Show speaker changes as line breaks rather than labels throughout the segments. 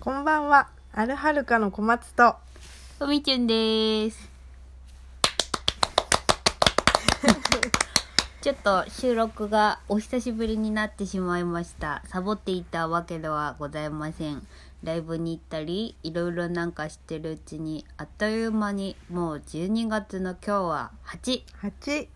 こんばんは。あるはるかの小松と。
ふみちゅ んです。ちょっと収録がお久しぶりになってしまいました。サボっていたわけではございません。ライブに行ったり、いろいろなんかしてるうちに、あっという間にもう12月の今日は8。
八。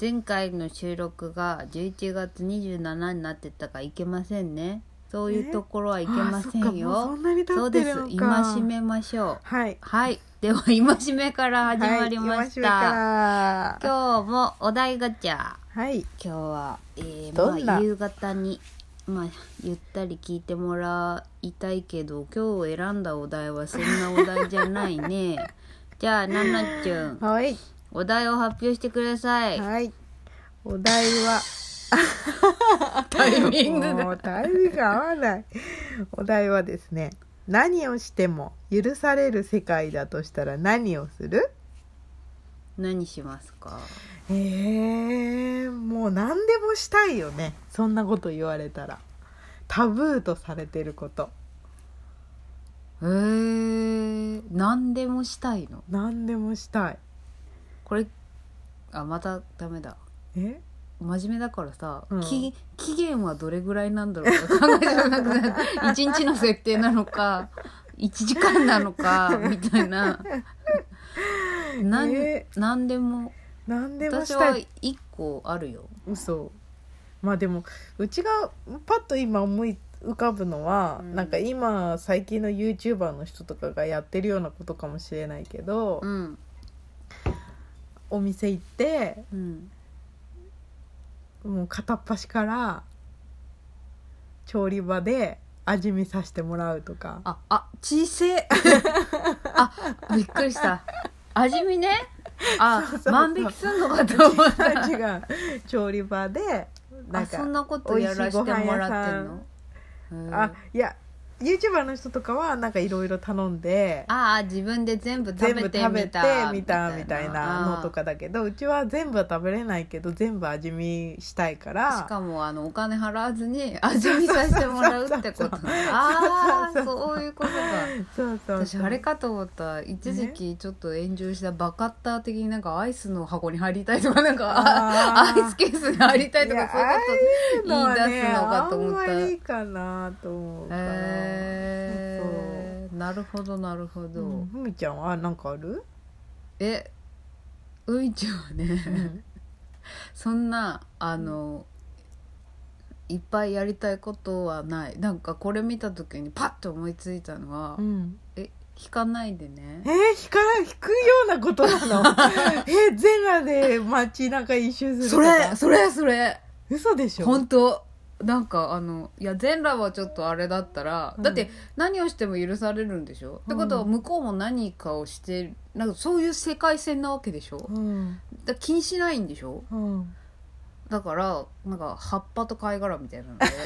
前回の収録が11月27になってたからいけませんね。そういうところはいけません
あそっかもうそ
よ
ん。なに経
そう
っ
で
て
す
るの。か。
今し。めましょう。
はい。
はい。では、今しめから始まり
は
ま
い今
し
めか
た。
ら
今日もお題ガチャ。
はい。
今日は、えー
どんな
まあ、夕方に、まあ、ゆったり聞いてもらいたいけど、今日選んだお題はそんなお題じゃない ね。じゃあ、ななちゅん、
はい。
お題を発表してください。
はい。お題は。
タイミング
もう
が。
タイミング合わない。お題はですね。何をしても許される世界だとしたら何をする
何しますか
えー、もう何でもしたいよねそんなこと言われたらタブーとされてること
えー、何でもしたいの
何でもしたい
これ、あ、またダメだ。
え
真面目だからさ、
うん
き期限はどれぐらいなんだろうとか考えてなくなる一日の設定なのか1時間なのかみたいななん、
え
なんでも
何でもした
私はい1個あるよ
嘘まあでもうちがパッと今思い浮かぶのは、
うん
なんか今最近の YouTuber の人とかがやってるようなことかもしれないけど、
うん
お店行って
うん
もう片っ端から調理場で味見させてもらうと か
ああ小せえ あびっくりした味見ねあ
そうそうそう
万引きすんのかと思った
違う調理場で な
あ
んか
そんなことやらせてもらってんのへえ
あいや YouTuber の人とかはなんかいろいろ頼んで
ああ自分で全部食
全
べ
部
て
食べ
み
て
た
みたみたいなのとかだけどうちは全部は食べれないけど全部味見したいか
あーし
ら
かもあのお金払わずに味見させてもらうってこと ねああそういうことか
そうそう
私
そう
あれかと思った一時期ちょっと炎上したバカッター的になんかアイスの箱に入りたいとかなんか
あ
あ
ー
アイスケースに入りたいと
い
か
や
そういうこと
ああ
言い出すのかと思っ
いうのはねあ
た
んまりいいかなと思うから
えー、なるほどなるほ
そ
ど、
ううんふみちゃんはなんかある
えうんちゃんはね、そんなあの、いっぱいやりたいことはないなんかこれ見た時にパッと思いついたのは、
うん
え引かないでね
えー、引かない引くようなことな のえー、全裸で街中一周するとか
それそれそれ
嘘でしょ
本当なんかあのいや全裸はちょっとあれだったら、
うん
だって何をしても許されるんでしょ、ってことは
うん
向こうも何かをしてるなんかそういう世界線なわけでしょ
うん
だから気にしないんでしょ
うん
だからなんか葉っぱと貝殻みたいなので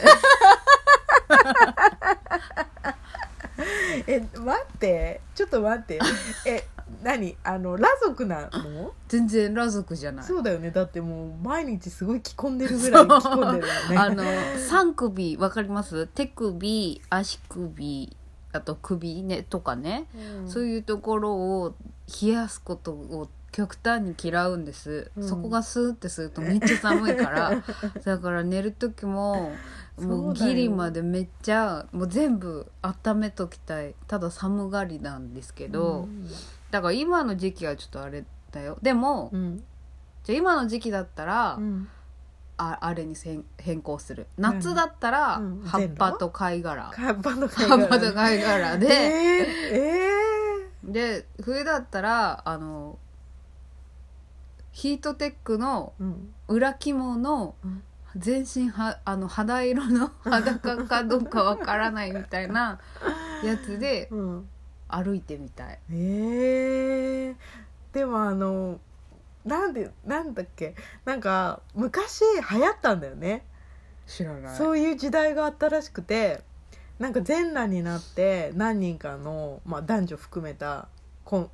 え待ってちょっと待って え何あの裸族なの
全然裸族じゃない
そうだよねだってもう毎日すごい着込んでるぐらい着込んでるよ
あ
ね
の3首わかります手首足首あと首ねとかね、そう
い
いうところを冷やすことを極端に嫌うんです、
うん
そこがスーってするとめっちゃ寒いから だから寝る時も
そ
もう
うだよ
ギリまでめっちゃもう全部温めときたいただ寒がりなんですけ
け
ど、だから今の時期はちょっとあれだよでも、
うん
じゃあ今の時期だったら、
うん
ああれにせん変更する夏だったら、
うん
葉っぱと貝殻
カッパの貝
葉っぱ
殻
と貝殻
えー、
で、
え
で冬だったらあのヒートテックの
ーうん
裏肝の
うん
全身はあの肌色の裸かどうかわからないみたいなやつで
うん
歩いてみたい。
えー、でもあのなんでなんだっけなんか昔流行ったんだよね
知らな
そういう時代があったらしくてなんか全裸になって何人かの、まあ、男女含めたコン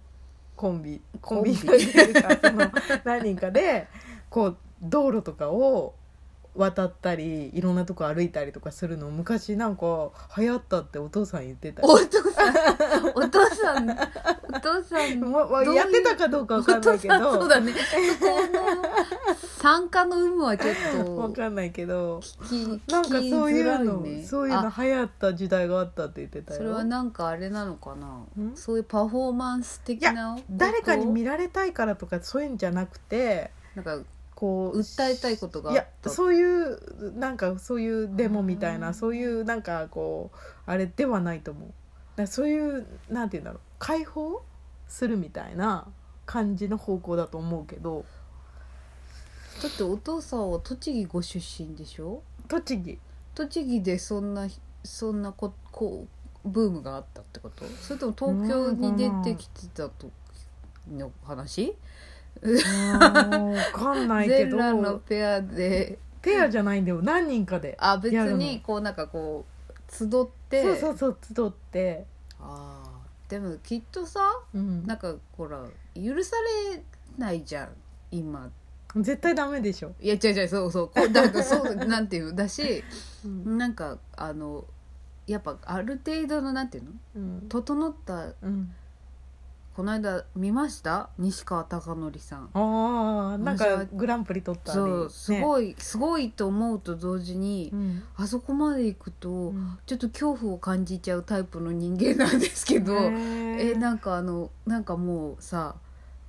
コンビコンビ
コンビ
というかその何人かでこう道路とかを渡ったりいろんなとこ歩いたりとかするの昔なんか流行ったってお父さん言ってたよ
お父さんお父さんお父さん
まま
どういう
やってたかどうかわかんないけ
お父さんそう
ど
だねそこの参加の有無はちょっ
わ
と
かんないけど
聞き
なんかそうい
聞きづら
うの、
ね
そういうの
あ
流行った時代があったって言ってたよ
それはなんかあれなのかなんそういうパフォーマンス的な
誰かに見
こ
られたいからとかそういうんじゃなくて
うなんか
こう
訴えたいことがあ
い
っ
や
た
そういうなんかそういうデモみたい
あー
なそういうなんかこうあれではないと思うだからそういうなんて言うんだろう解放するみたいな感じの方向だと思うけど
だってお父さんは栃木ご出身でしょ
栃木
栃木でそんなそんなここうブームがあったってことそれとも東京に出てきてた時の話
分かんないけ
全裸の
ど
ペアで
ペアじゃないんだよ何人かで
あ別
やる
に
の
こうなんかこう集って
そうそうそう集って、
あーでもきっとさ
うん
なんかほら許されないじゃん今
絶対ダメでしょ、
いや違う違うそうそうこうなん かそうなんていうのだし
うん
なんかあのやっぱある程度のなんていうの
うん
整った
うん
この間見ました西川貴教さん
ああなん
私は
かグランプリ取ったり
そうす
い、
ごい、すごいと思うと同時に、
うん
あそこまで行くと、
うん
ちょっと恐怖を感じちゃうタイプの人間なんですけど、
へ
え
ー
なんかあのなんかもうさ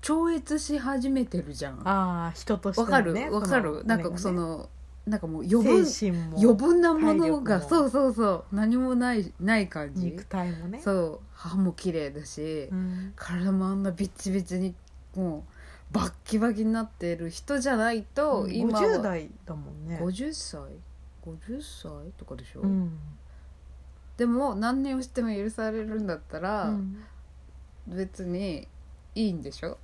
超越し始めてるじゃんわ、
ああ人として
か
の
る
ね
わか
その
るなんかその、なんかもう余分
精神も
余分なもの
体
が
力も
そうそうそう何もないない感じ
肉体もね
そう歯も綺麗だし、
うん
体もあんなビッチビチにもうバッキバキになってる人じゃないと、今は
50代だもんね
50歳50歳とかでしょ、
うん
でも何年をしても許されるんだったら、
うん
別にいいんでしょ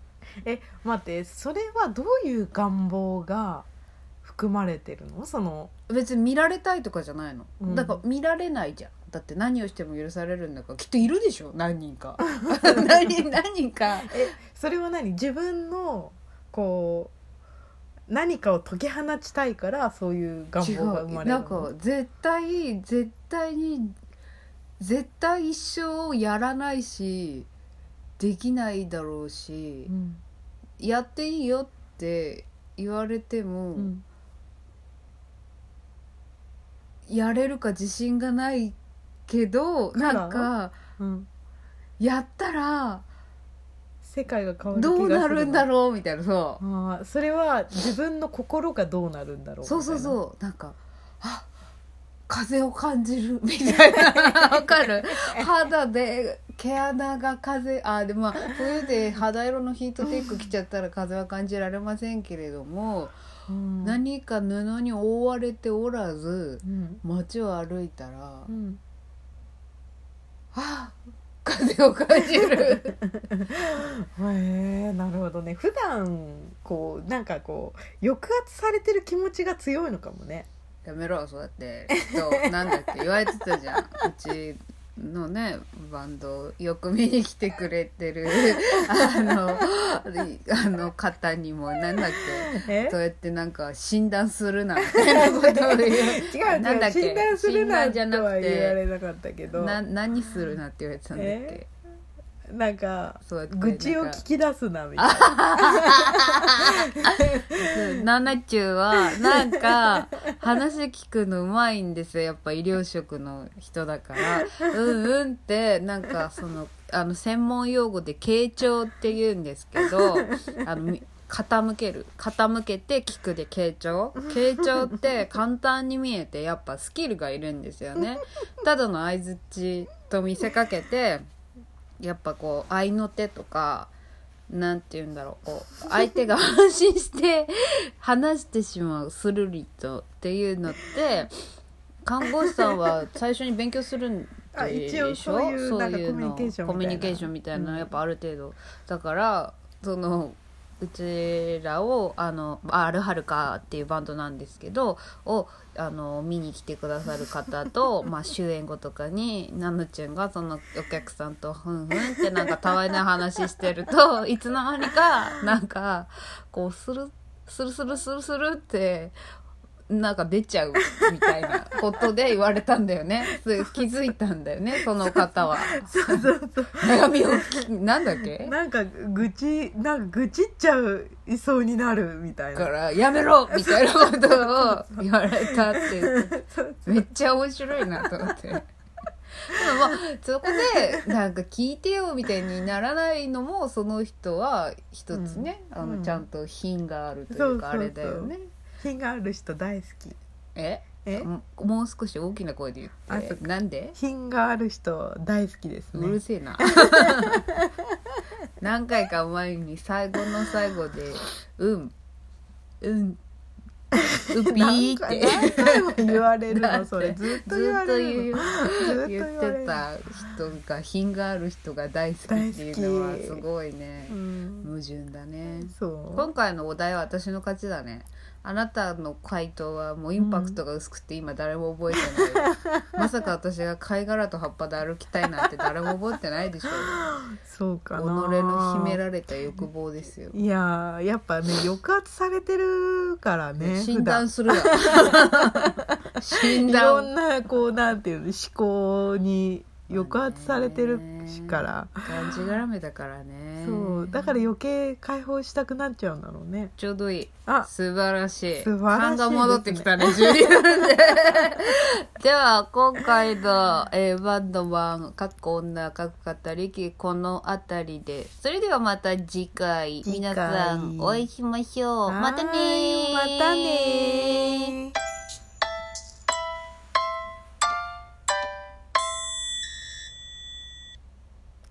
え待ってそれはどういう願望が含まれてるのその
別に見られたいとかじゃないの、
うん
だから見られないじゃんだって何をしても許されるんだからきっといるでしょ何 人か何何人か
それは何自分のこう何かを解き放ちたいからそういう願
違
望が生ま
う
れる
な
の
んか絶対絶対に絶対一生やらないしできないだろうし
う、ん
やっていいよって言われても、
うん
やれるか自信がないけど
から
なんか
うん
やったら
世界が変わる気がす
ど
る
うなるんだ
ろ
ろうみたいなそう
あーそれは自分の心がどうなるんだろ
う
う
そうそう
う
そうなんかあ風を感じる みたいなわ かる肌で毛穴が風あでもまあ冬で肌色のヒートテック着ちゃったら風は感じられませんけれども、
うん
何か布に覆われておらず
うん
街を歩いたら、
うん
あ風を感じる
へえなるほどね普段こうなんかこう抑圧されてる気持ちが強いのかも ね
やめろそうやってそうなんだっけ言われてたじゃんうちのねバンドよく見に来てくれ てるあのあの方にもなんだっ
え
けそうやってなんか診断するなみたいなことを言 う
違う
なん
違
だ
う
っけ
診断するな
診断じゃ
と
な
は
くて
言われなかったけどな
な何するなって言われてたんだっけ
えんか
そうやって
愚痴を
なんか
聞き出すなみたいな
ナナチュウはなんか話聞くのうまいんですよやっぱ医療職の人だからうんうんってなんかそのあの専門用語で傾聴って言うんですけどあのみ傾ける傾けて聞くで傾聴傾聴って簡単に見えてやっぱスキルがいるんですよねただの相づちと見せかけてやっぱこう合いの手とかなんて言うんだろうこう相手が安心して話してしまうスルリとっていうのって看護師さんは最初に勉強するん
あ
でし
一
ょ
応そういう
そういう
なんか
の
コミュニケーションみたいな
コミュニケーションみたいなのやっぱある程度、だからそのうちらをあのあるはるかっていうバンドなんですけどをあの見に来てくださる方と まあ終演後とかにナヌちゃんがそのお客さんとふんふんってなんかたわいない話してると いつの間にかなんかこうスルスルスルスルスルってなんか出ちゃうみたいなことで言われたんだよねそう気づいたんだよねその方は
そうそうそう
悩みを聞きなんだっけ
なんか愚痴なんか愚痴っちゃういそうになるみたい
だ
な
からやめろみたいなことを言われたって
そう
めっちゃ面白いなと思って。でもまあそこでなんか聞いてよみたいにならないのもその人は一つね、
うん
あ
う
の
ん
ちゃんと品があるというかあ
そうそうそう
れだよね。
品がある人大好き
え
え
ももう少し大きな声で言
あ
っ
そってか
なんで
品がある人大好きです
うる
ね
せえ な何回か前に最後の最後で「うんうんうぴ
何
ー」っ
回
て
何回も言われる
だって
のそれずっと
ず
言わ
っと
れ
言
る
う
のずっと言
言
われる
ってた人が品がある人が大好きっていうのはすごいね
うん
矛盾だね
そう
今回のお題は私の勝ちだねあなたの回答はもうインパクトが薄くて今誰も覚えてない よ、まさか私が貝殻と葉っぱで歩きたいなんて誰も覚えてないでしょ
そう
己
かな
の秘められた欲望ですよ、
いやーやっぱね抑圧されてるからね
診
普
断
段
するわ 診
いろ
断
んなこうなんていうの思考に抑圧されてるしから、
感じがらめだからね
そうだから余計解放したくなっちゃうんだろうね
ちょうどいい
あ
素晴らし
素晴らしいで
い。
すね
勘が戻ってきたね、12 分で。では、今回の、えーバンドマン、かっこ女、かっこ語りき、このあたりで。それではまた次回、
次回
皆さん、お会いしましょう。またねー
はーいまたねー